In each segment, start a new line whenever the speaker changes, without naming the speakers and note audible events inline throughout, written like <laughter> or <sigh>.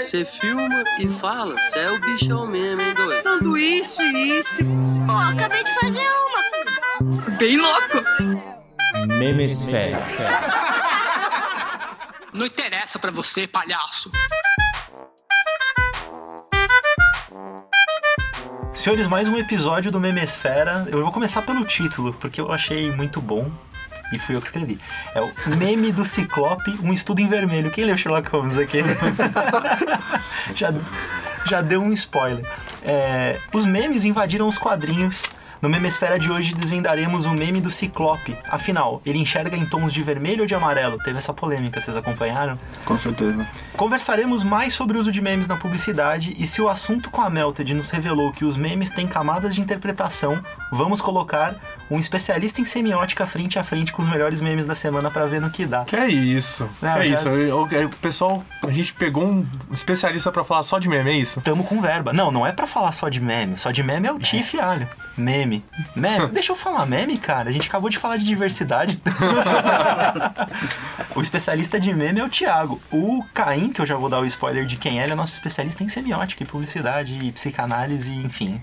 Você filma e fala, você é o bichão mesmo, hein, doido?
Sanduíche, isso.
Ó, acabei de fazer uma.
Bem louco.
Memes Fest.
Não interessa pra você, palhaço.
Senhores, mais um episódio do Memesfera. Eu vou começar pelo título, porque eu achei muito bom. E fui eu que escrevi. É o Meme do Ciclope, um estudo em vermelho. Quem leu Sherlock Holmes aqui? já, já deu um spoiler. É, os memes invadiram os quadrinhos. No Memesfera de hoje desvendaremos o meme do Ciclope. Afinal, ele enxerga em tons de vermelho ou de amarelo? Teve essa polêmica, vocês acompanharam?
Com certeza.
Conversaremos mais sobre o uso de memes na publicidade e se o assunto com a Melted nos revelou que os memes têm camadas de interpretação, vamos colocar um especialista em semiótica frente a frente com os melhores memes da semana pra ver no que dá.
Que é isso?
Não,
que é
já-
isso? Eu- eu- o pessoal, a gente pegou um especialista pra falar só de meme, é isso?
Tamo com verba. Não, não é pra falar só de meme. Só de meme é o Tiff, alho. Meme. Meme. Deixa eu falar meme, cara. A gente acabou de falar de diversidade. o especialista de meme é o Thiago. O Caim, que eu já vou dar o spoiler de quem é, ele é nosso especialista em semiótica e publicidade e psicanálise, enfim.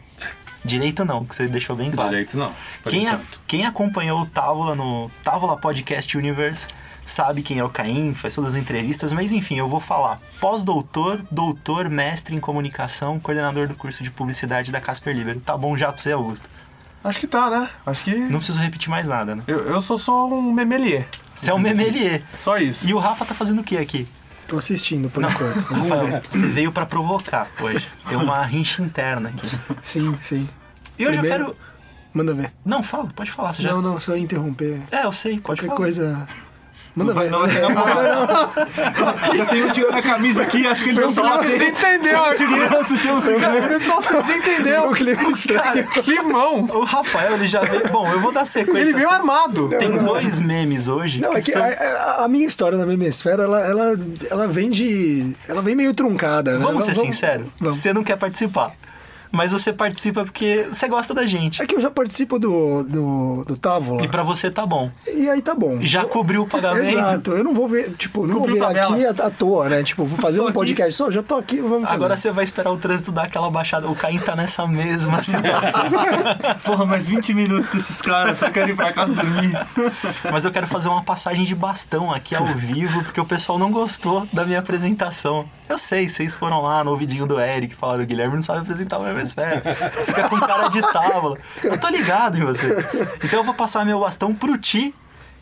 Direito não, que você deixou bem claro.
Direito não. por
Quem, a-
enquanto.
quem acompanhou o Távola no Távola Podcast Universe sabe quem é o Caim, faz todas as entrevistas, mas enfim, eu vou falar. Pós-doutor, doutor, mestre em comunicação, coordenador do curso de publicidade da Casper Libero. Tá bom já pra você, Augusto.
Acho que tá, né? Acho que.
Não preciso repetir mais nada, né?
Eu, eu sou só um memelier.
Você é um memelier.
Só isso.
E o Rafa tá fazendo o que aqui?
Tô assistindo
<laughs>
por enquanto. Vamos ver.
Rafael, você veio pra provocar hoje. Tem uma rincha interna aqui.
Sim, sim.
E hoje eu
Primeiro-
quero.
Manda ver.
Não, fala, pode falar, você já.
Não, não, só interromper.
É, eu sei, pode
Qualquer
falar.
coisa. Manda ver.
Não vai ter namorado.
Já tem um tirando a camisa aqui, acho que ele não
Só você entendeu aqui.
segurança, chama segurança.
O pessoal só você entendeu.
Não, clima estranho.
Que mão.
O Rafael, ele já veio. Bom, eu vou dar sequência.
Ele veio armado.
Tem dois memes hoje.
Não, é que
são-
a, a- a minha história na memesfera, ela, ela, ela vem de. Ela vem meio truncada, né?
Vamos ser sinceros?
Vamos.
Você não quer participar. Mas você participa porque você gosta da gente.
É que eu já participo do, do, do Távola.
E pra você tá bom.
E aí tá bom.
Já tá cobriu o pagamento?
Exato, eu não vou ver, tipo, não vou
Cumpriu
vir
tabela.
aqui à, à toa, né? Tipo, vou fazer
Tô
um
aqui.
podcast só, já tô aqui, vamos fazer.
Agora você vai esperar o trânsito dar aquela baixada. O Caim tá nessa mesma <laughs> situação.
Porra, mais 20 minutos com esses caras, só quero ir pra casa dormir.
<laughs> Mas eu quero fazer uma passagem de bastão aqui ao vivo, porque o pessoal não gostou da minha apresentação. Eu sei, vocês foram lá no ouvidinho do Eric, falaram, o Guilherme não sabe apresentar o Hermesfera. Fica com cara de tábua. Eu tô ligado em você. Então eu vou passar meu bastão pro Ti,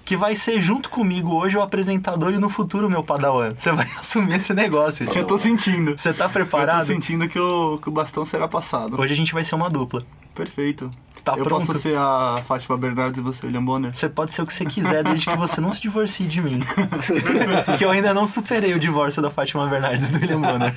que vai ser junto comigo hoje o apresentador e no futuro meu padawan. Você vai <laughs> assumir esse negócio, Ti.
Eu tô sentindo.
Você tá
Eu tô
preparado?
sentindo que o, que o bastão será passado.
Hoje a gente vai ser uma dupla.
Perfeito.
Tá
eu
pronto?
posso ser a Fátima Bernardes e você, William Bonner.
Você pode ser o que você quiser, desde que você não se divorcie de mim. Porque eu ainda não superei o divórcio da Fátima Bernardes e do William Bonner.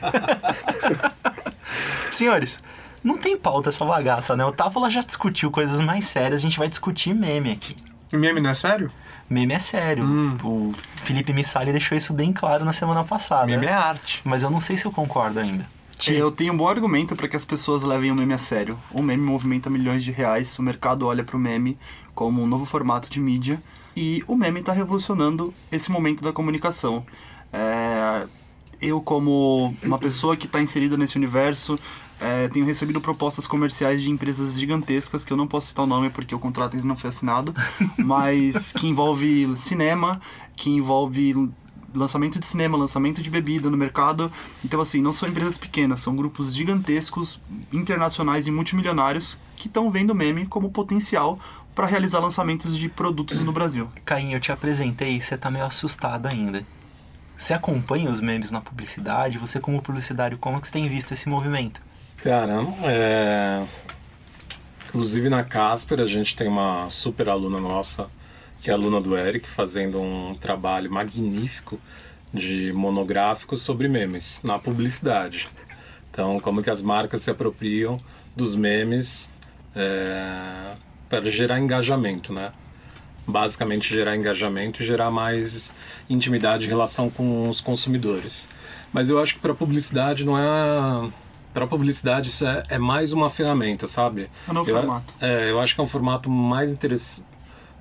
Senhores, não tem pauta essa bagaça, né? O Távola já discutiu coisas mais sérias, a gente vai discutir meme aqui.
Meme não é sério?
Meme é sério.
Hum.
O Felipe Missali deixou isso bem claro na semana passada.
Meme é arte.
Mas eu não sei se eu concordo ainda.
Eu tenho um bom argumento para que as pessoas levem o meme a sério. O meme movimenta milhões de reais, o mercado olha para o meme como um novo formato de mídia e o meme está revolucionando esse momento da comunicação. É, eu, como uma pessoa que está inserida nesse universo, é, tenho recebido propostas comerciais de empresas gigantescas, que eu não posso citar o nome porque o contrato ainda não foi assinado, <laughs> mas que envolve cinema, que envolve lançamento de cinema, lançamento de bebida no mercado. Então, assim, não são empresas pequenas, são grupos gigantescos, internacionais e multimilionários que estão vendo o meme como potencial para realizar lançamentos de produtos no Brasil.
<clears throat> Caim, eu te apresentei e você tá meio assustado ainda. Você acompanha os memes na publicidade? Você, como publicitário, como é que você tem visto esse movimento?
Cara, é... inclusive na Casper a gente tem uma super aluna nossa, que é a aluna do Eric, fazendo um trabalho magnífico de monográfico sobre memes na publicidade. Então, como que as marcas se apropriam dos memes é... para gerar engajamento, né? basicamente gerar engajamento e gerar mais intimidade em relação com os consumidores. Mas eu acho que para publicidade não é para publicidade isso é, é mais uma ferramenta, sabe?
É um novo
eu,
formato.
É, eu acho que é um formato mais interessante,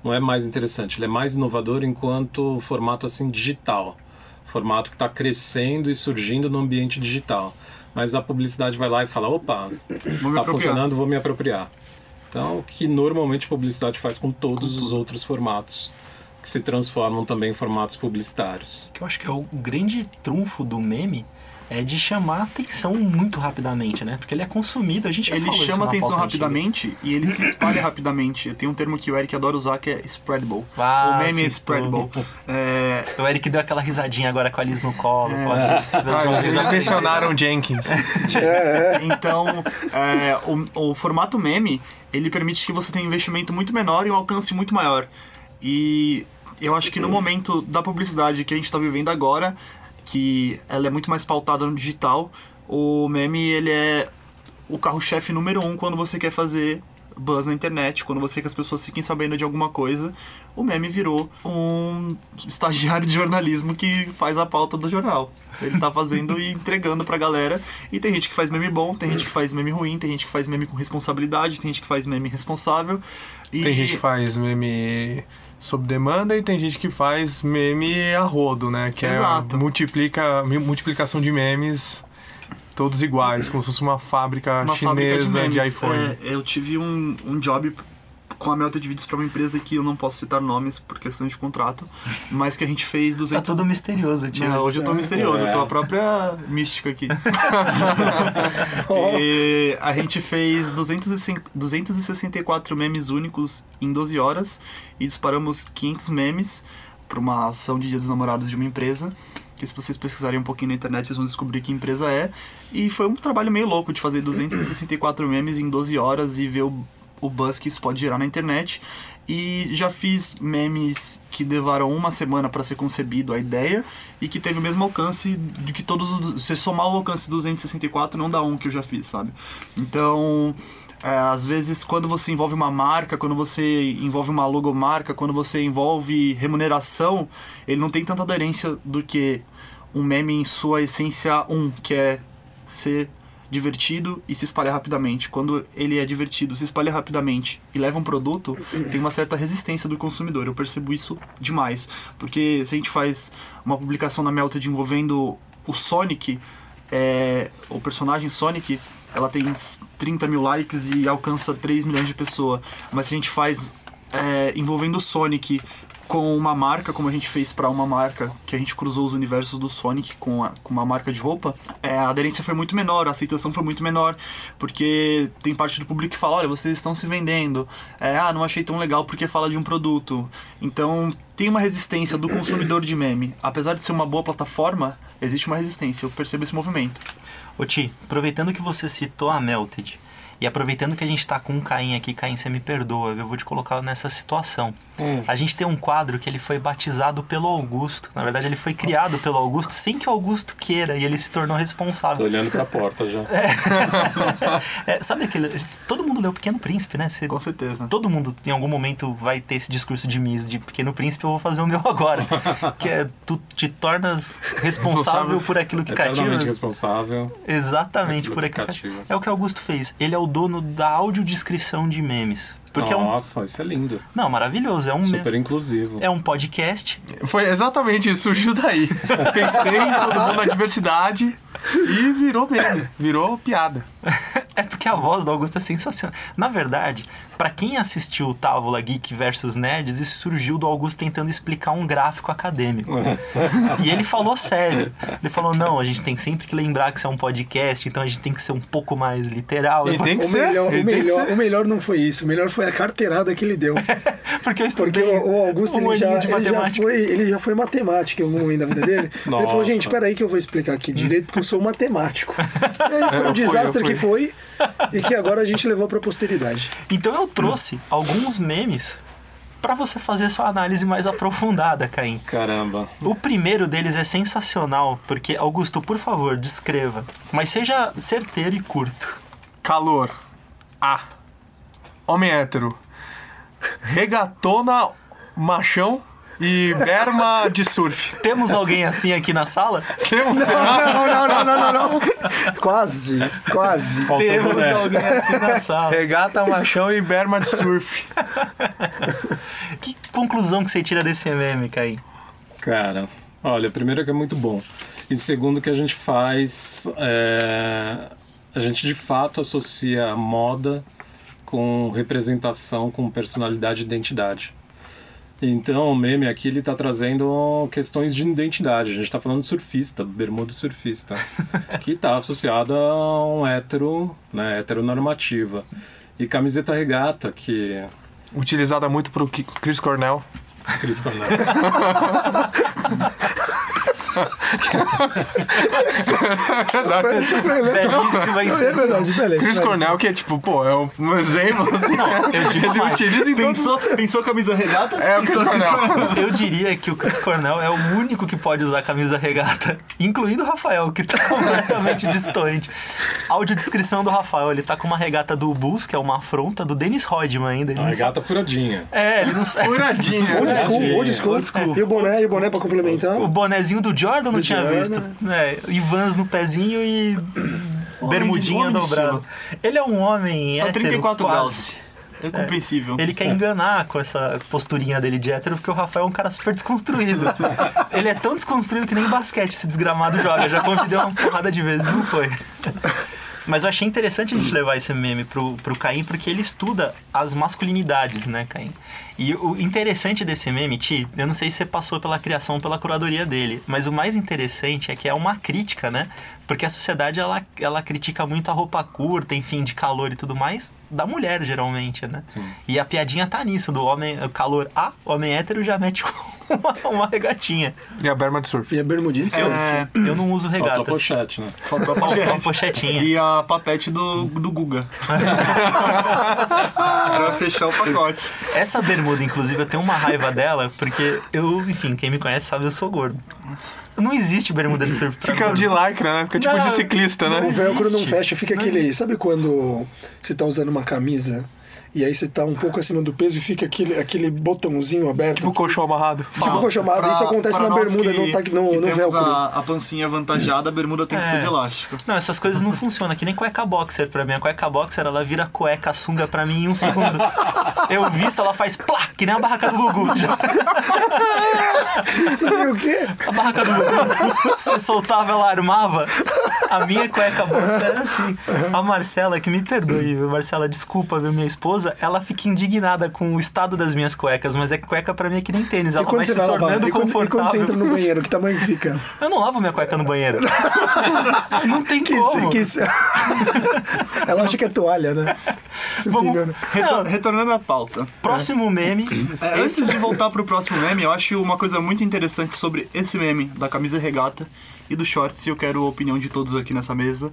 não é mais interessante, ele é mais inovador enquanto formato assim digital. formato que está crescendo e surgindo no ambiente digital. Mas a publicidade vai lá e fala: opa, está
apropriar.
funcionando, vou me apropriar. Então, o que normalmente a publicidade faz com todos os outros formatos, que se transformam também em formatos publicitários.
que eu acho que é o grande trunfo do meme é de chamar a atenção muito rapidamente, né? Porque ele é consumido, a gente já
Ele
falou isso
chama
na
atenção
pauta antiga.
rapidamente e ele se espalha rapidamente. Tem um termo que o Eric adora usar que é spreadable.
Ah,
o meme é
sim,
spreadable.
pô.
É,
O Eric deu aquela risadinha agora com a Liz no colo. com a Liz-
Ah, vocês
Exatamente.
mencionaram Jenkins.
Então, é, o, o formato meme, ele permite que você tenha um investimento muito menor e um alcance muito maior. E eu acho que no momento da publicidade que a gente está vivendo agora, que ela é muito mais pautada no digital, o meme, ele é o carro-chefe número um quando você quer fazer buzz na internet, quando você quer que as pessoas fiquem sabendo de alguma coisa, o meme virou um estagiário de jornalismo que faz a pauta do jornal. Ele tá fazendo e entregando pra galera. E tem gente que faz meme bom, tem gente que faz meme ruim, tem gente que faz meme com responsabilidade, tem gente que faz meme responsável. E
Tem gente que faz meme sob demanda e tem gente que faz meme a rodo, né? Que
Exato.
é multiplica, mi- multiplicação de memes todos iguais, como se fosse uma fábrica
é uma fábrica de,
chinesa de,
memes.
iPhone.
É, eu tive um, um job com a Melta de vídeos pra uma empresa que eu não posso citar nomes por questão de contrato, mas que a gente fez
Tá
200
tudo misterioso, né? tio.
Não, hoje eu tô misterioso,
É.
eu tô a própria mística
<laughs>
aqui. E a gente fez 205 264 memes únicos em 12 horas e disparamos 500 memes pra uma ação de Dia dos Namorados de uma empresa. Que se vocês pesquisarem um pouquinho na internet, vocês vão descobrir que empresa é. E foi um trabalho meio louco de fazer 264 memes em 12 horas e ver o, o buzz que isso pode gerar na internet. E já fiz memes que levaram uma semana pra ser concebido a ideia e que teve o mesmo alcance do que todos os. Se somar o alcance de 264, não dá um que eu já fiz, sabe? Então. é, às vezes, quando você envolve uma marca, quando você envolve uma logomarca, quando você envolve remuneração, ele não tem tanta aderência do que um meme em sua essência um, que é ser divertido e se espalhar rapidamente. Quando ele é divertido, se espalha rapidamente e leva um produto, tem uma certa resistência do consumidor. Eu percebo isso demais. Porque se a gente faz uma publicação na Melted envolvendo o Sonic, é, o personagem Sonic, ela tem 30 mil likes e alcança 3 milhões de pessoas. Mas se a gente faz é, envolvendo o Sonic com uma marca, como a gente fez pra uma marca, que a gente cruzou os universos do Sonic com, a- com uma marca de roupa, é, a aderência foi muito menor, a aceitação foi muito menor, porque tem parte do público que fala, olha, vocês estão se vendendo, é, ah, não achei tão legal porque fala de um produto. Então, tem uma resistência do consumidor de meme. Apesar de ser uma boa plataforma, existe uma resistência, eu percebo esse movimento.
Ô Ti, aproveitando que você citou a Melted, e aproveitando que a gente tá com um Caim aqui, Caim, você me perdoa, eu vou te colocar nessa situação.
Hum.
A gente tem um quadro que ele foi batizado pelo Augusto. Na verdade, ele foi criado pelo Augusto sem que o Augusto queira, e ele se tornou
Tô
responsável.
olhando pra porta já.
É, sabe aquele. Todo mundo leu Pequeno Príncipe, né? Você-
Com certeza.
Todo mundo em algum momento vai ter esse discurso de Miss de Pequeno Príncipe, eu vou fazer o meu agora. que é tu te
<laughs>
tornas responsável por aquilo que
Eternamente
cativas.
responsável.
Exatamente,
Aquilo
por
que
aqui.
cativa.
É o que Augusto fez. Ele é o dono da audiodescrição de memes. Porque é um.
Nossa, isso é lindo.
Não, maravilhoso. É um me-
Super inclusivo.
É um podcast.
é.
Foi exatamente isso, surgiu daí. <laughs> Pensei em todo mundo na diversidade e virou meme, virou piada.
É porque a voz do Augusto é sensacional. Na verdade, pra quem assistiu o Távola Geek versus Nerds, isso surgiu do Augusto tentando explicar um gráfico
<laughs>
acadêmico. e ele falou sério. Ele falou: não, a gente tem sempre que lembrar que isso é um podcast, então a gente tem que ser um pouco mais literal.
E
<laughs>
tem que
O
ser.
melhor,
ele
o,
tem que
melhor,
ser.
o melhor não foi isso, o melhor foi a carteirada que ele deu.
Porque eu
Porque
estudei
o o Augusto
um
ele já,
aninho de
ele, já
matemática.
foi, ele já foi matemático em algum momento da vida dele. ele falou,
Nossa.
gente, peraí que eu vou explicar aqui direito, porque eu sou um matemático. E aí foi
Eu
um
fui,
desastre
eu fui.
que foi e que agora a gente levou pra posteridade.
Então eu trouxe alguns memes pra você fazer sua análise mais aprofundada, Caim.
Caramba.
O primeiro deles é sensacional, porque Augusto, por favor, descreva, mas seja certeiro e curto.
Calor. A. Homem hétero. Regatona machão e berma de surf.
Temos alguém assim aqui na sala?
um-
Temos
Não, não, não, não, não, não. Quase, quase.
<laughs> Temos alguém assim na sala.
regata, machão e berma de surf.
Que conclusão que você tira desse meme, Caim?
Cara, Olha, primeiro que é muito bom. E segundo que a gente faz. é, a gente de fato associa moda com representação, com personalidade e identidade. Então o meme aqui ele tá trazendo questões de identidade. A gente tá falando de surfista, bermuda surfista, que tá associada a um hétero, né, heteronormativa. E camiseta regata, que.
Utilizada muito pro Ki- Chris Cornell.
Cris Cornell.
Isso foi verdade.
Belíssima
Não, é verdade, beleza.
Chris
beleza.
Cornell, que é tipo, pô, é um um exemplo assim.
Eu digo mais.
Utiliza em
Pensou, pensou camisa regata?
<laughs>
É o Chris Cornell.
Eu diria que o Chris Cornell é o único que pode usar camisa regata, incluindo o Rafael, que tá <laughs> completamente distante. Audiodescrição do Rafael, ele tá com uma regata do Bulls, que é uma afronta do Dennis Rodman ainda. Ele
A
não sabe.
regata furadinha.
É, ele não sabe.
Furadinha.
Old school, old school.
Old school.
E o boné, e o boné pra complementar.
O bonezinho do Jordan não
Do
tinha
Jordan.
visto. É, e Vans no pezinho e bermudinha
homem de
dobrada. Ele é um homem
Tá
hétero,
34
quase.
graus. É compreensível.
Ele quer enganar com essa posturinha dele de hétero, porque o Rafael é um cara super desconstruído. Ele é tão desconstruído que nem basquete esse desgramado joga. Já convidei uma porrada de vezes, não foi. Mas eu achei interessante a gente levar esse meme pro, pro Caim, porque ele estuda as masculinidades, né, Caim? E o interessante desse meme, Ti, eu não sei se você passou pela criação, pela curadoria dele, mas o mais interessante é que é uma crítica, né? Porque a sociedade, ela, ela critica muito a roupa curta, enfim, de calor e tudo mais, da mulher, geralmente, né? E a piadinha tá nisso, do homem, o calor A, homem hétero já mete <laughs> uma, uma regatinha.
E a berma de surf.
E é a bermudinha de surf.
Eu não uso
Falta a
regata,
pochete, né?
Faltou a
falta
pochete.
uma pochetinha.
E a papete do,
<laughs>
do Guga. pra fechar o pacote.
Essa bermuda, inclusive, eu tenho uma raiva dela, porque eu, enfim, quem me conhece sabe eu sou gordo. Não existe bermuda de surf pra
Fica
gordo.
de lycra, né? Fica tipo
Não,
de ciclista, né?
O velcro não
existe.
fecha, fica aquele. Sabe quando você tá usando uma camisa e aí você tá um pouco acima do peso e fica aquele, aquele botãozinho aberto?
Tipo o colchão amarrado.
Tipo chamado, isso acontece
pra
na
nós
bermuda,
que-
não tá no,
que
no
temos
velcro.
A, a pancinha avantajada, a bermuda tem que
É.
ser de elástico.
Não, essas coisas não funcionam, que nem cueca boxer pra mim. A cueca boxer, ela vira cueca sunga pra mim em um segundo. Eu visto, ela faz plá, que nem a barraca do Gugu. Já-
E o quê?
A barraca do Gugu, você soltava, ela armava. A minha cueca boxer era assim. A Marcela, que me perdoe, Marcela, desculpa, viu, minha esposa, ela fica indignada com o estado das minhas cuecas, mas é que cueca pra mim é que nem tênis,
E
ela vai
quando
se
você vai lavar?
tornando
E quando, e
confortável.
quando você entra no banheiro, que tamanho que
<laughs>
fica?
Eu não lavo minha cueca no
<laughs>
banheiro. não tem
Que,
como.
que, <laughs> Ela acha que é toalha, né? Você
Vamos-
entendeu, né?
Não,
Retornando à pauta.
próximo meme.
É, antes de voltar pro próximo meme, eu acho uma coisa muito interessante sobre esse meme da camisa regata e do shorts, e eu quero a opinião de todos aqui nessa mesa.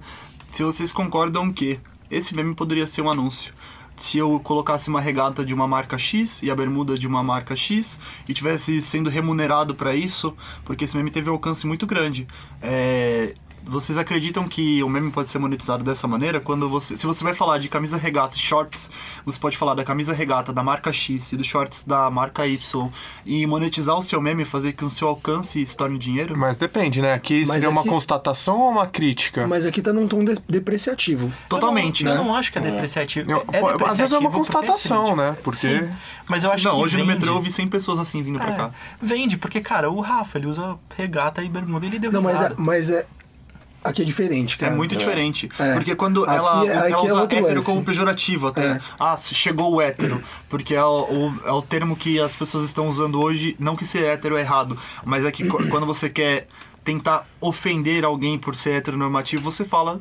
Se vocês concordam que esse meme poderia ser um anúncio. Se eu colocasse uma regata de uma marca X e a bermuda de uma marca X e tivesse sendo remunerado pra isso, porque esse meme teve um alcance muito grande. É, vocês acreditam que o meme pode ser monetizado dessa maneira? Quando você, se você vai falar de camisa regata e shorts, você pode falar da camisa regata da marca X e dos shorts da marca Y e monetizar o seu meme e fazer que o seu alcance se torne dinheiro?
Mas depende, né? Aqui
Mas
seria uma
aqui-
constatação ou uma crítica?
Mas aqui tá num tom de- depreciativo.
Totalmente,
eu não,
né?
Eu não acho que é depreciativo.
Eu-
É
pô, às vezes é
depreciativo
uma
porque
constatação,
vende.
né? Porque-
Sim, mas eu acho
não,
que
hoje no
vende.
metrô eu vi 100 pessoas assim vindo pra cá.
É, vende, porque, cara, o Rafa, ele usa regata e bermuda, ele deu
Não, mas é,
risada.
mas é. Aqui é diferente,
É
cara.
muito diferente.
É.
Porque quando
Aqui é-
ela, ela
aqui é
usa
outro
hétero
lance.
como pejorativo até.
É.
Ah, se chegou o hétero. Porque é o, o- é o termo que as pessoas estão usando hoje. Não que ser hétero é errado, mas é que co- quando você quer tentar ofender alguém por ser heteronormativo, você fala.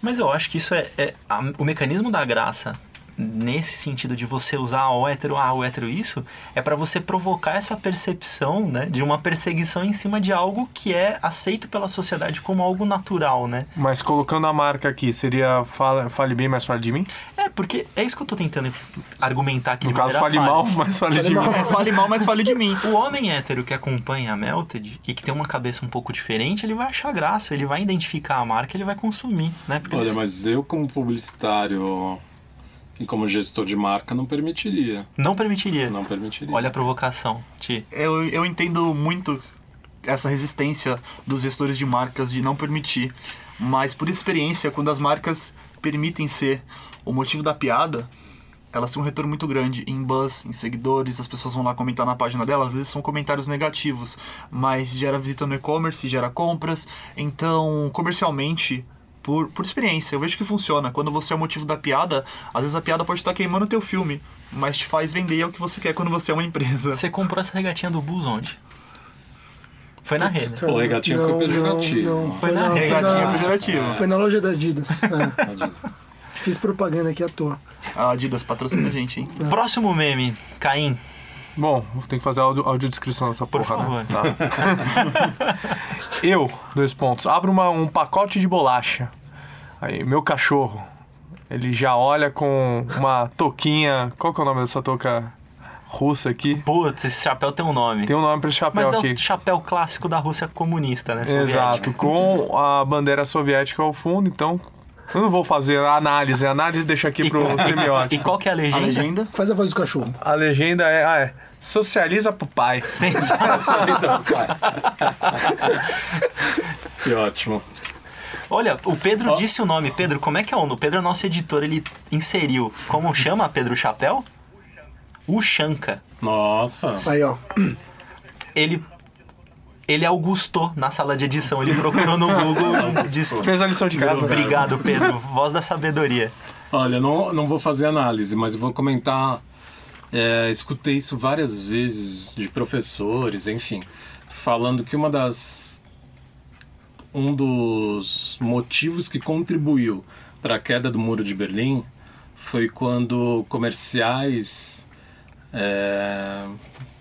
Mas eu acho que isso é, é a- o mecanismo da graça nesse sentido de você usar o hétero, ah, o hétero isso, é pra você provocar essa percepção, né, de uma perseguição em cima de algo que é aceito pela sociedade como algo natural, né?
Mas colocando a marca aqui, seria fala- fale bem, mas fale de mim?
É, porque é isso que eu tô tentando argumentar aqui
No
de
caso,
maneira
fale
falha.
mal, mas fale de mim.
"É, Fale mal, mas fale de mim.
O homem hétero que acompanha a Melted e que tem uma cabeça um pouco diferente, ele vai achar graça, ele vai identificar a marca, ele vai consumir, né? Porque
Olha,
eles-
mas eu como publicitário e como gestor de marca não permitiria.
não permitiria.
Não permitiria.
Olha a provocação, Ti.
Eu, eu entendo muito essa resistência dos gestores de marcas de não permitir. Mas por experiência, quando as marcas permitem ser o motivo da piada, elas têm um retorno muito grande em buzz, em seguidores, as pessoas vão lá comentar na página dela, às vezes são comentários negativos, mas gera visita no e-commerce, gera compras, então comercialmente por, por experiência, eu vejo que funciona. Quando você é o motivo da piada, às vezes a piada pode estar queimando o teu filme, mas te faz vender e é o que você quer quando você é uma empresa.
Você comprou essa regatinha do Bulls onde? Foi na rede.
Pô, regatinho foi pejorativo.
Não, não,
Foi
foi,
na
na, foi,
Regatinha
na,
pejorativa.
foi na loja da Adidas. é.
<laughs>
Fiz propaganda aqui à toa.
A Adidas patrocina a gente, hein?
Próximo meme, Caim.
<laughs> Bom, tem que fazer áudio, audiodescrição nessa
Por
porra, né?
favor.
Eu, dois pontos, abro uma- um pacote de bolacha. Aí, meu cachorro, ele já olha com uma touquinha. Qual que é o nome dessa touca russa aqui?
Putz, esse chapéu tem um nome.
Tem um nome pra esse chapéu
Mas é
aqui.
o chapéu clássico da Rússia comunista, né?
Exato,
soviética.
com a bandeira soviética ao fundo, então. Eu não vou fazer a análise, a análise deixa aqui pro
<laughs> E
semiótico.
qual que é a
A
legenda?
legenda?
Faz a voz do cachorro.
A legenda é. Ah, é. Socializa pro pai.
Sensacional.
Que ótimo.
Olha, o Pedro disse o nome. Pedro, como é que é o nome? O Pedro é nosso editor, ele inseriu. Como chama, Pedro Chapéu? Ushanka.
Nossa.
Aí, ó.
Ele. Ele augustou na sala de edição. Ele procurou no Google. disse,
Fez a lição de casa.
Obrigado, Pedro. Voz da sabedoria.
Olha, não, não vou fazer análise, mas eu vou comentar. É, escutei isso várias vezes de professores, enfim, falando que uma das um dos motivos que contribuiu para a queda do muro de Berlim foi quando comerciais é,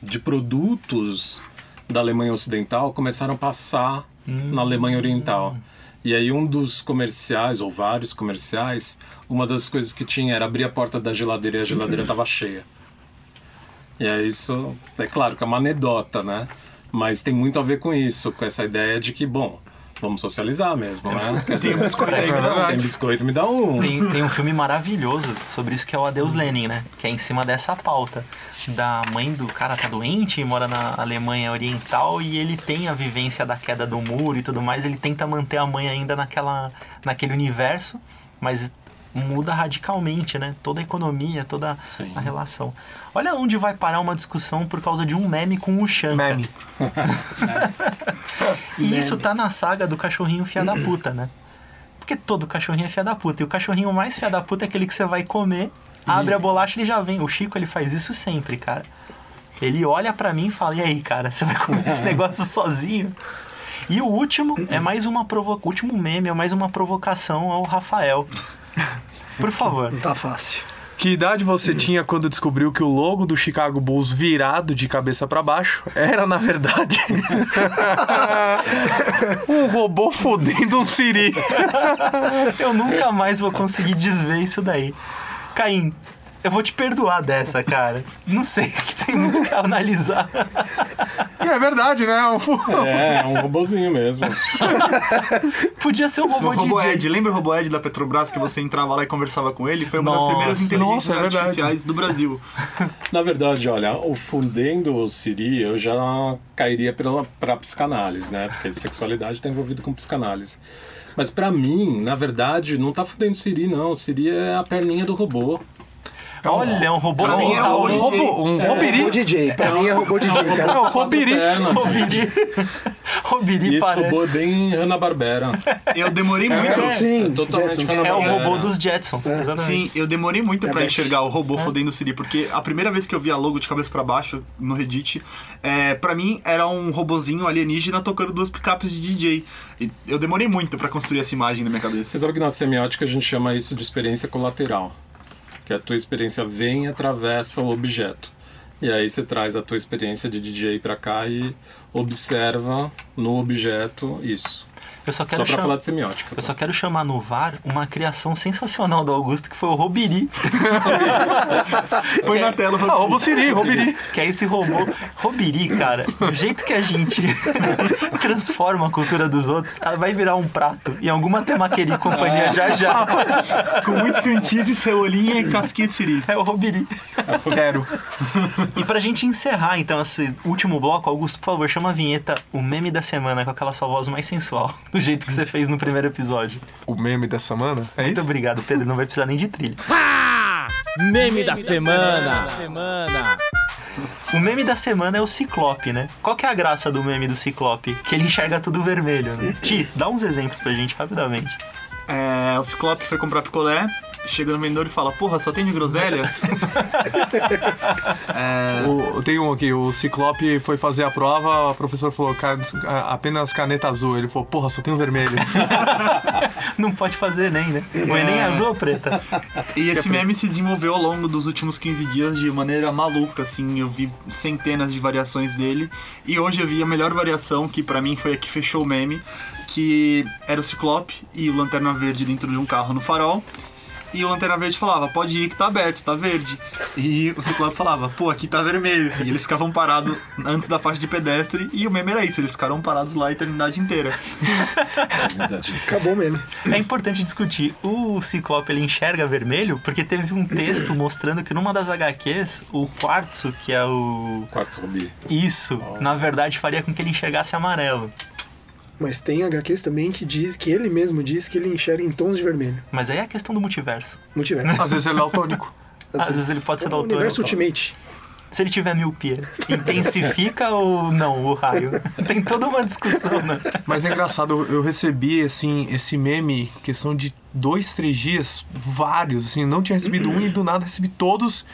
de produtos da Alemanha Ocidental começaram a passar na Alemanha Oriental. E aí um dos comerciais, ou vários comerciais, uma das coisas que tinha era abrir a porta da geladeira e a geladeira estava cheia. E é isso, é claro que é uma anedota, né? Mas tem muito a ver com isso, com essa ideia de que, bom, vamos socializar mesmo, né? Quer dizer, tem biscoito aí, me dá um. Tem biscoito, me dá um.
Tem, tem um filme maravilhoso sobre isso que é o Adeus Lenin, né? Que é em cima dessa pauta. Da mãe do cara tá doente e mora na Alemanha Oriental e ele tem a vivência da queda do muro e tudo mais. Ele tenta manter a mãe ainda naquela, naquele universo, mas muda radicalmente, né? Toda a economia, toda
Sim.
a relação. Olha onde vai parar uma discussão por causa de um meme com o Shanka.
Meme.
E isso tá na saga do cachorrinho fia da puta, né? Porque todo cachorrinho é fia da puta. E o cachorrinho mais fia da puta é aquele que você vai comer, abre a bolacha e ele já vem. O Chico, ele faz isso sempre, cara. Ele olha pra mim e fala, e aí, cara, você vai comer esse negócio sozinho? E o último é mais uma provo... o último meme é mais uma provocação ao Rafael. Por favor.
Tá fácil.
Que idade você tinha quando descobriu que o logo do Chicago Bulls virado de cabeça pra baixo era, na verdade, <laughs> um robô fodendo um siri?
Eu nunca mais vou conseguir desver isso daí. Caim, eu vou te perdoar dessa, cara. Não sei <laughs> que tem muito que analisar.
É verdade, né? Um fu-
É, é um robozinho mesmo.
Podia ser um
O é
robô,
Robo
DJ.
Ed, lembra o Robo Ed da Petrobras que você entrava lá e conversava com ele? Foi uma
Nossa,
das primeiras inteligências
nossa, é verdade.
artificiais do Brasil.
Na verdade, olha, o fundendo o Siri, eu já cairia pela, pra psicanálise, né? Porque sexualidade tá envolvido com psicanálise. Mas pra mim, na verdade, não tá fundendo o Siri, não. O Siri é a perninha do robô.
é
Olha, um robô
Pra mim
sem
era
tal.
um
um robô,
É.
um
Robô
robiri.
DJ. Pra mim é robô DJ,
É
cara.
um robiri.
<laughs>
Perna, gente.
Robiri.
E
Robiri
esse robô é
parece.
bem Hanna-Barbera.
Eu <laughs> demorei muito.
Sim,
totalmente
Jetsons.
fenomenal.
É o robô
É.
dos Jetsons, exatamente.
Sim, eu demorei muito pra
Beth.
enxergar o robô fodendo o Siri, porque a primeira vez que eu vi a logo de cabeça pra baixo no Reddit, é, para mim era um robozinho alienígena tocando duas picapes de DJ. E eu demorei muito pra construir essa imagem na minha cabeça.
Você sabe que na semiótica a gente chama isso de experiência colateral. Que a tua experiência vem e atravessa o objeto. E aí você traz a tua experiência de DJ pra cá e observa no objeto isso.
Eu só
Só
quero
pra
chamar.
falar de semiótica.
Eu só quero chamar no VAR uma criação sensacional do Augusto, que foi o Robiri,
Põe na tela o robô.
Ah, robô siri, robiri.
que é esse robô. Robiri, cara, do jeito que a gente <laughs> transforma a cultura dos outros, ela vai virar um prato em alguma temaqueria e companhia já já.
É. Com muito cantice, cebolinha e casquinha de Siri.
É o Robiri.
Quero.
E pra gente encerrar, então, esse último bloco, Augusto, por favor, chama a vinheta O Meme da Semana com aquela sua voz mais sensual, <laughs> do jeito que você fez no primeiro episódio.
O meme da semana? É
Muito
<laughs>
isso?
obrigado, Pedro. Não vai precisar nem de trilha.
Ah! Meme da semana. semana.
O meme da semana é o Ciclope, né? Qual que é a graça do meme do Ciclope? Que ele enxerga tudo vermelho, né? Ti, dá uns exemplos pra gente rapidamente.
É, o Ciclope foi comprar picolé, chega no vendedor e fala, porra, só tem de groselha?
O- tem um aqui, o Ciclope foi fazer a prova, o professor falou, cara, a- apenas caneta azul. Ele falou, porra, só tem o <laughs> vermelho.
Não pode fazer Enem, né? O Enem é azul ou preta?
E esse meme se desenvolveu ao longo dos últimos 15 dias de maneira maluca, assim, eu vi centenas de variações dele. E hoje eu vi a melhor variação, que pra mim foi a que fechou o meme, que era o Ciclope e o Lanterna Verde dentro de um carro no farol. E o Lanterna Verde falava, pode ir que tá aberto, tá verde. E o Ciclope falava, pô, aqui tá vermelho. E eles ficavam parados antes da faixa de pedestre, e o meme era isso, eles ficaram parados lá a eternidade inteira.
Acabou mesmo.
É importante discutir. O Ciclope ele enxerga vermelho porque teve um texto mostrando que numa das HQs, o quartzo, que é o.
Quartzo Rubi.
Isso, na verdade faria com que ele enxergasse amarelo.
Mas tem HQs também que diz que ele mesmo diz que ele enxerga em tons de vermelho.
Mas aí é a questão do multiverso.
Multiverso.
Às vezes ele é daltônico.
Às, vezes ele
é
pode ser
o
daltônico.
universo Ultimate.
Se ele tiver miopia, intensifica ou não o raio? <laughs> Tem toda uma discussão, né?
Mas é engraçado, eu- eu recebi assim, esse meme, questão de dois, três dias, vários, assim, não tinha recebido um e do nada recebi todos.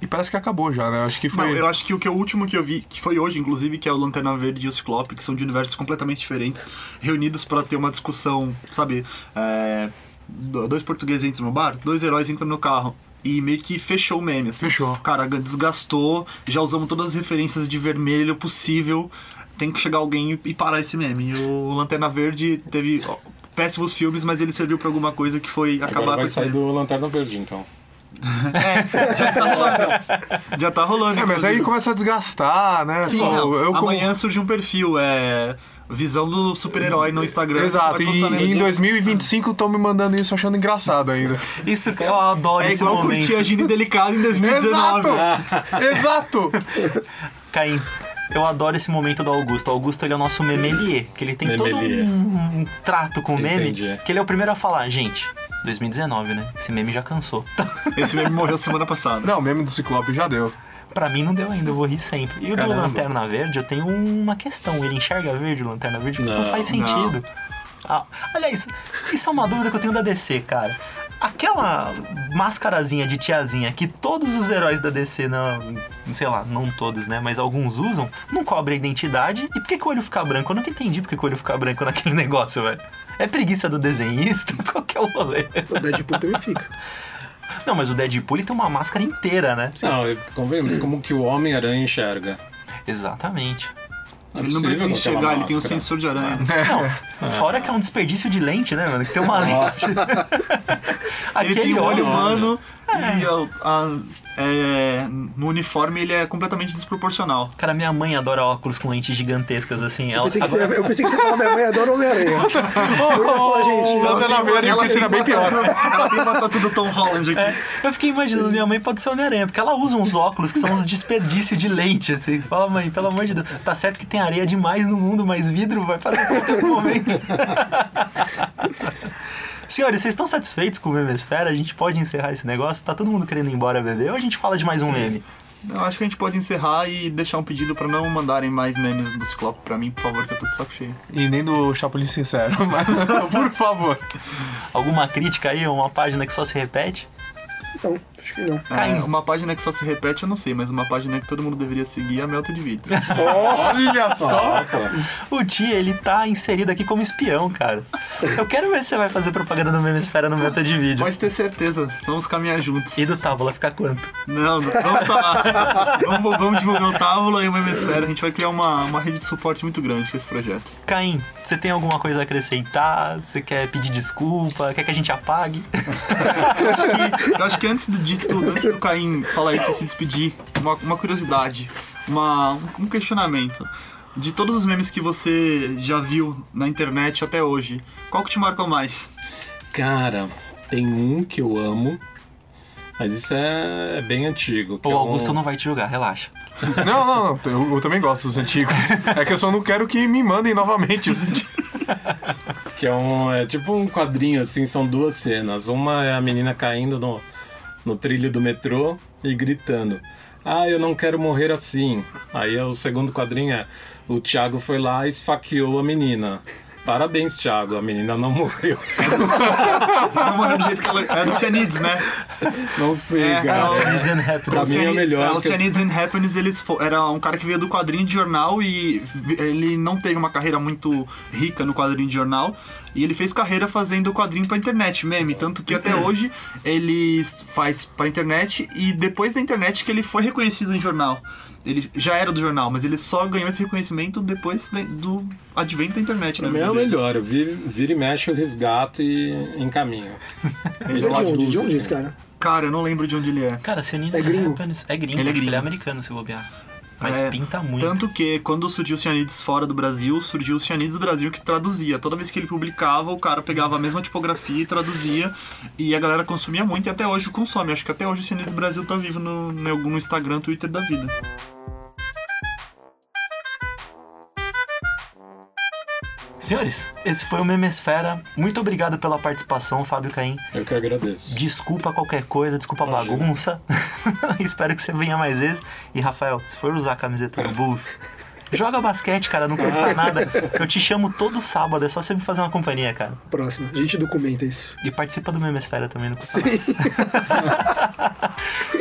E parece que acabou já, né? Acho que
Não,
foi.
eu acho que o, que o último que eu vi, que foi hoje, inclusive, que é o Lanterna Verde e o Ciclope, que são de universos completamente diferentes, reunidos pra ter uma discussão, sabe? é, do- dois portugueses entram no bar, dois heróis entram no carro. E meio que fechou o meme, assim.
Fechou.
Cara, desgastou, já usamos todas as referências de vermelho possível. Tem que chegar alguém e- e parar esse meme. E o Lanterna Verde teve ó, péssimos filmes, mas ele serviu pra alguma coisa que foi acabar
Agora
com
vai
esse
sair
meme.
do Lanterna Verde, então.
Já está rolando.
<laughs>
Já tá rolando.
É, mas aí
inclusive.
começa a desgastar, né?
Sim,
Só-
não.
eu como-
amanhã surge um perfil, é. Visão do super-herói no Instagram.
Exato,
Você
e,
é vai postar
e em
mesmo.
2025 estão me mandando isso achando engraçado ainda.
Isso que eu adoro
É
esse
igual
momento.
curtir a Gina Delicada em 2019.
Exato! <laughs> Exato!
Caim, eu adoro esse momento do Augusto. O Augusto ele é o nosso memelier, que ele tem
Memelier.
todo um, um trato com o meme,
Entendi.
que ele é o primeiro a falar, gente. 2019, né? Esse meme já cansou. <laughs>
Esse meme morreu semana passada.
Não, meme do Ciclope já deu.
pra mim não deu ainda, eu vou rir sempre. E o do
Caramba.
Lanterna Verde, eu tenho uma questão. Ele enxerga verde, o Lanterna Verde, porque isso não
Não,
faz sentido. Ah, aliás, isso é uma dúvida que eu tenho da DC, cara. Aquela mascarazinha de tiazinha que todos os heróis da DC, não, sei lá, não todos, né? Mas alguns usam, não cobre a identidade. E por que, que o olho fica branco? Eu nunca entendi por que, que o olho fica branco naquele <laughs> negócio, velho. É preguiça do desenhista? <laughs> Qual que é o rolê?
O Deadpool também fica.
<laughs>
Não, mas o Deadpool ele tem uma máscara inteira, né?
Não, e convenhamos, como que o Homem-Aranha enxerga?
Exatamente.
é
Ele não
possível
precisa
com aquela
enxergar, ele tem um o
máscara.
sensor
<laughs>
de aranha.
Não, fora que é um desperdício de lente, né, mano? Que tem uma lente.
Ele
Aquele <laughs>
tem o olho
olho, mano.
humano e a- a- é, no uniforme ele é completamente desproporcional.
Cara, minha mãe adora óculos com lentes gigantescas, assim.
Eu
Ela,
pensei que
agora-
você, eu pensei que você falava, minha mãe adora
<laughs>
Homem-Aranha. Eu ia falar, gente,
Lanterna Verde, porque seria bem pior. É.
Ela tem uma tatu do Tom Holland aqui.
é, Eu fiquei imaginando, minha mãe pode ser Homem-Aranha, porque ela usa uns óculos que são uns desperdício de lente, assim. Fala, mãe, pelo amor de Deus. Tá certo que tem areia demais no mundo, mas vidro vai fazer falta em algum um momento. <laughs> Senhores, vocês estão satisfeitos com o Memesfera? A gente pode encerrar esse negócio? Tá todo mundo querendo ir embora beber? Ou a gente fala de mais um meme?
Eu acho que a gente pode encerrar e deixar um pedido pra não mandarem mais memes do Ciclope pra mim, por favor, que eu tô de saco cheio.
E nem do Chapolin Sincero, <laughs> mas por favor.
Alguma crítica aí? Uma página que só se repete?
não, acho que não.
É, uma página que só se repete, eu não sei, mas uma página que todo mundo deveria seguir é a Melta de Vídeos.
Olha só!
Nossa,
O Ti, ele tá inserido aqui como espião, cara. Eu quero ver se você vai fazer propaganda do Memesfera no meta de vídeo.
Pode ter certeza, vamos caminhar juntos.
E do Tábula ficar quanto?
Não, não, vamos tá lá. vamos, vamos divulgar o Távola e o Memesfera. A gente vai criar uma, uma rede de suporte muito grande com esse projeto.
Caim, você tem alguma coisa a acrescentar? Você quer pedir desculpa? Quer que a gente apague?
Eu acho que antes do- de tudo, antes do Caim falar isso e se despedir, uma, uma curiosidade, uma, um questionamento. De todos os memes que você já viu na internet até hoje, qual que te marcou mais?
Cara, tem um que eu amo, mas isso é, é bem antigo. que
O
é um-
Augusto não vai te julgar, relaxa.
Não, não, não. Eu, eu também gosto dos antigos. É que eu só não quero que me mandem novamente os antigos.
Que é um. É tipo um quadrinho assim, são duas cenas. Uma é a menina caindo no, no trilho do metrô e gritando: Ah, eu não quero morrer assim. Aí o segundo quadrinho é: O Thiago foi lá e esfaqueou a menina. Parabéns, Thiago, a menina não <laughs> morreu.
Não morreu do jeito que ela. É do Cianides, né?
Não sei,
É,
cara.
Cianides and Happiness.
Pra mim é o melhor.
O
que eu-
Cianides and Happiness, eles fo- era um cara que veio do quadrinho de jornal e vi- ele não teve uma carreira muito rica no quadrinho de jornal. E ele fez carreira fazendo quadrinho pra internet, meme. Tanto que
Uhum.
até hoje ele s- faz pra internet e depois da internet que ele foi reconhecido em jornal. Ele já era do jornal, mas ele só ganhou esse reconhecimento depois da- do advento da internet,
Pra
né?
mim é o melhor. Eu vi- vira e mexe, eu resgato e encaminho.
Ele <laughs> é de onde? De onde
assim.
esse cara?
Cara, eu não lembro de onde ele é.
Cara, Cianides
É
and
gringo?
Happiness é gringo.
Ele é
acho que
gringo.
ele é americano, se bobear. Mas
É,
pinta muito.
Tanto que quando surgiu o Cianides fora do Brasil, surgiu o Cianides Brasil que traduzia. Toda vez que ele publicava, o cara pegava a mesma tipografia e traduzia. E a galera consumia muito e até hoje consome. Acho que até hoje o Cianides Brasil tá vivo no, em algum Instagram, Twitter da vida.
Senhores, esse foi o Memesfera. Muito obrigado pela participação, Fábio Caim.
Eu que agradeço.
Desculpa qualquer coisa, desculpa a bagunça. <laughs> Espero que você venha mais vezes. E Rafael, se for usar a camiseta do Bulls, joga basquete, cara, não custa nada. Eu te chamo todo sábado, é só você me fazer uma companhia, cara.
Próxima. A gente documenta isso.
E participa do Memesfera também, não custa nada.
Sim.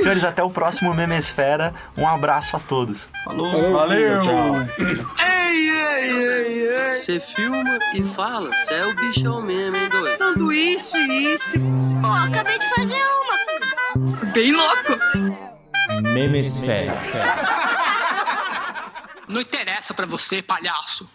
<laughs> Senhores, até o próximo Memesfera. Um abraço a todos.
Falou!
Valeu! Tchau.
Ei, ei, ei, ei.
Você filma e fala, cê é o bichão mesmo, hein, doido?
Sanduíche, isso.
Pô, acabei de fazer uma.
Bem louco.
Memesfera.
Não interessa pra você, palhaço.